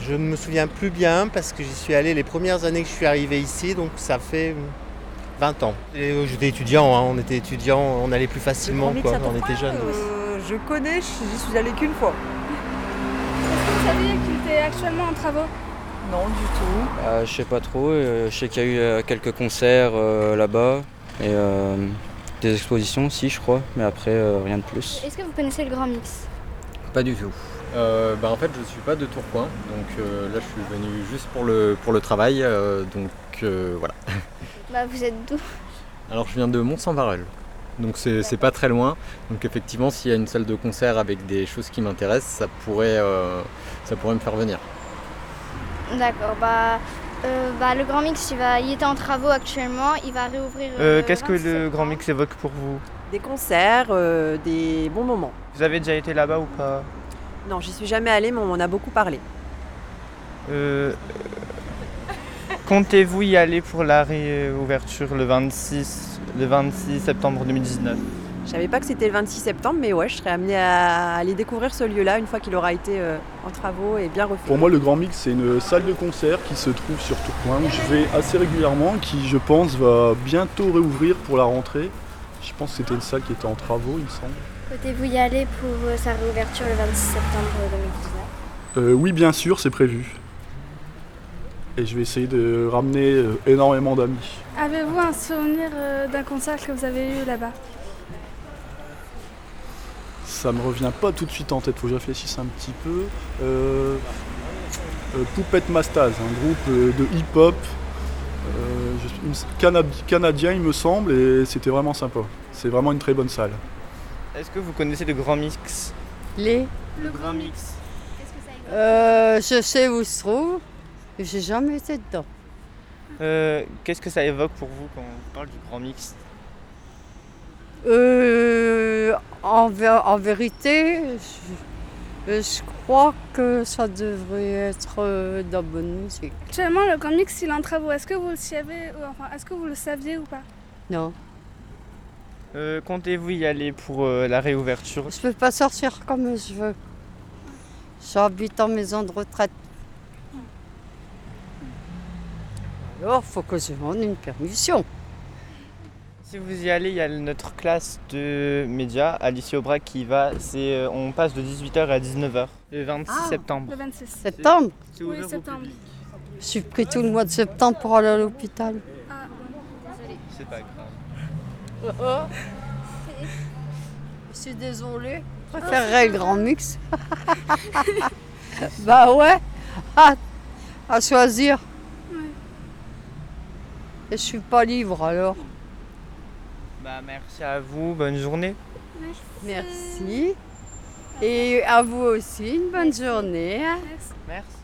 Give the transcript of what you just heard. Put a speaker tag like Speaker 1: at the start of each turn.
Speaker 1: Je ne me souviens plus bien parce que j'y suis allé les premières années que je suis arrivé ici, donc ça fait 20 ans. Et, euh, J'étais étudiant, hein, on était étudiant, on allait plus facilement,
Speaker 2: premier que
Speaker 1: quoi,
Speaker 2: ça
Speaker 1: on
Speaker 2: tombe.
Speaker 1: était jeunes.
Speaker 3: Euh, je connais, j'y suis allée qu'une fois.
Speaker 4: Est-ce que vous saviez qu'il était actuellement en travaux
Speaker 3: Non, du tout.
Speaker 5: Euh, je sais pas trop, euh, je sais qu'il y a eu euh, quelques concerts euh, là-bas et euh, des expositions aussi je crois, mais après euh, rien de plus.
Speaker 4: Est-ce que vous connaissez le Grand Mix
Speaker 6: Pas du tout.
Speaker 7: Euh, bah, en fait, je suis pas de Tourcoing, donc euh, là, je suis venu juste pour le, pour le travail, euh, donc euh, voilà.
Speaker 4: Bah vous êtes d'où
Speaker 7: Alors, je viens de Mont-Saint-Varel, donc c'est c'est pas très loin. Donc, effectivement, s'il y a une salle de concert avec des choses qui m'intéressent, ça, pourrait, euh, ça pourrait me faire venir.
Speaker 4: D'accord, bah, euh, bah le Grand Mix il, va, il était en travaux actuellement, il va réouvrir.
Speaker 8: Euh,
Speaker 4: euh,
Speaker 8: Qu'est-ce que
Speaker 4: 26
Speaker 8: le Grand
Speaker 4: septembre.
Speaker 8: Mix évoque pour vous
Speaker 2: Des concerts, euh, des bons moments.
Speaker 8: Vous avez déjà été là-bas ou pas
Speaker 2: Non, j'y suis jamais allée, mais on m'en a beaucoup parlé.
Speaker 8: Euh, euh, Comptez-vous y aller pour la réouverture le 26, le 26 septembre 2019
Speaker 2: Je savais pas que c'était le 26 septembre, mais ouais, je serais amenée à aller découvrir ce lieu-là une fois qu'il aura été euh, en travaux et bien refait.
Speaker 9: Pour moi, le Grand Mix, c'est une salle de concert qui se trouve sur Tourcoing, où je vais assez régulièrement, qui, je pense, va bientôt réouvrir pour la rentrée. Je pense que c'était une salle qui était en travaux, il me semble.
Speaker 4: Souhaitez-vous y aller pour euh, sa réouverture le 26 septembre 2019
Speaker 9: Euh, oui, bien sûr, c'est prévu. Et je vais essayer de ramener euh, énormément d'amis.
Speaker 4: Avez-vous un souvenir euh, d'un concert que vous avez eu là-bas
Speaker 9: Ça me revient pas tout de suite en tête, faut que je réfléchisse un petit peu. Euh, euh, Poupette Mastaz, un groupe euh, de hip-hop euh, je- il me- Cana- canadien, il me semble, et c'était vraiment sympa. C'est vraiment une très bonne salle.
Speaker 8: Est-ce que vous connaissez le Grand Mix
Speaker 10: Les
Speaker 4: Le Grand
Speaker 8: Mix.
Speaker 4: Qu'est-ce que ça
Speaker 10: euh, Je sais où se trouve, mais j'ai jamais été dedans.
Speaker 8: Euh, Qu'est-ce que ça évoque pour vous quand on parle du Grand Mix
Speaker 10: Euh, en, vé- en vérité, je, euh, je crois que ça devrait être euh, de la bonne musique.
Speaker 4: Actuellement, le Grand Mix, il est en travaux. Est-ce que vous le saviez, ou enfin, est-ce que vous le saviez ou pas
Speaker 10: Non,
Speaker 8: Euh, Comptez-vous y aller pour euh, la réouverture
Speaker 10: je peux pas sortir comme je veux. J'habite en maison de retraite. Alors, faut que je demande une permission.
Speaker 8: Si vous y allez, il y a notre classe de médias, Alicia Aubrac, qui va. C'est, euh, on passe de 18h à 19h, le 26
Speaker 10: Ah.
Speaker 8: septembre.
Speaker 4: Le 26.
Speaker 10: Septembre,
Speaker 8: C'est
Speaker 4: Oui,
Speaker 8: ouvert au
Speaker 4: septembre.
Speaker 8: public.
Speaker 10: je suis pris tout le mois de septembre pour aller à l'hôpital.
Speaker 4: Ah,
Speaker 8: C'est pas grave.
Speaker 10: Je suis désolée. Je préférerais le grand mix. bah ouais, à, à choisir. Et je suis pas libre alors.
Speaker 8: Bah, merci à vous, bonne journée.
Speaker 10: Merci. Et à vous aussi, une bonne journée. hein.
Speaker 4: merci.
Speaker 8: Merci.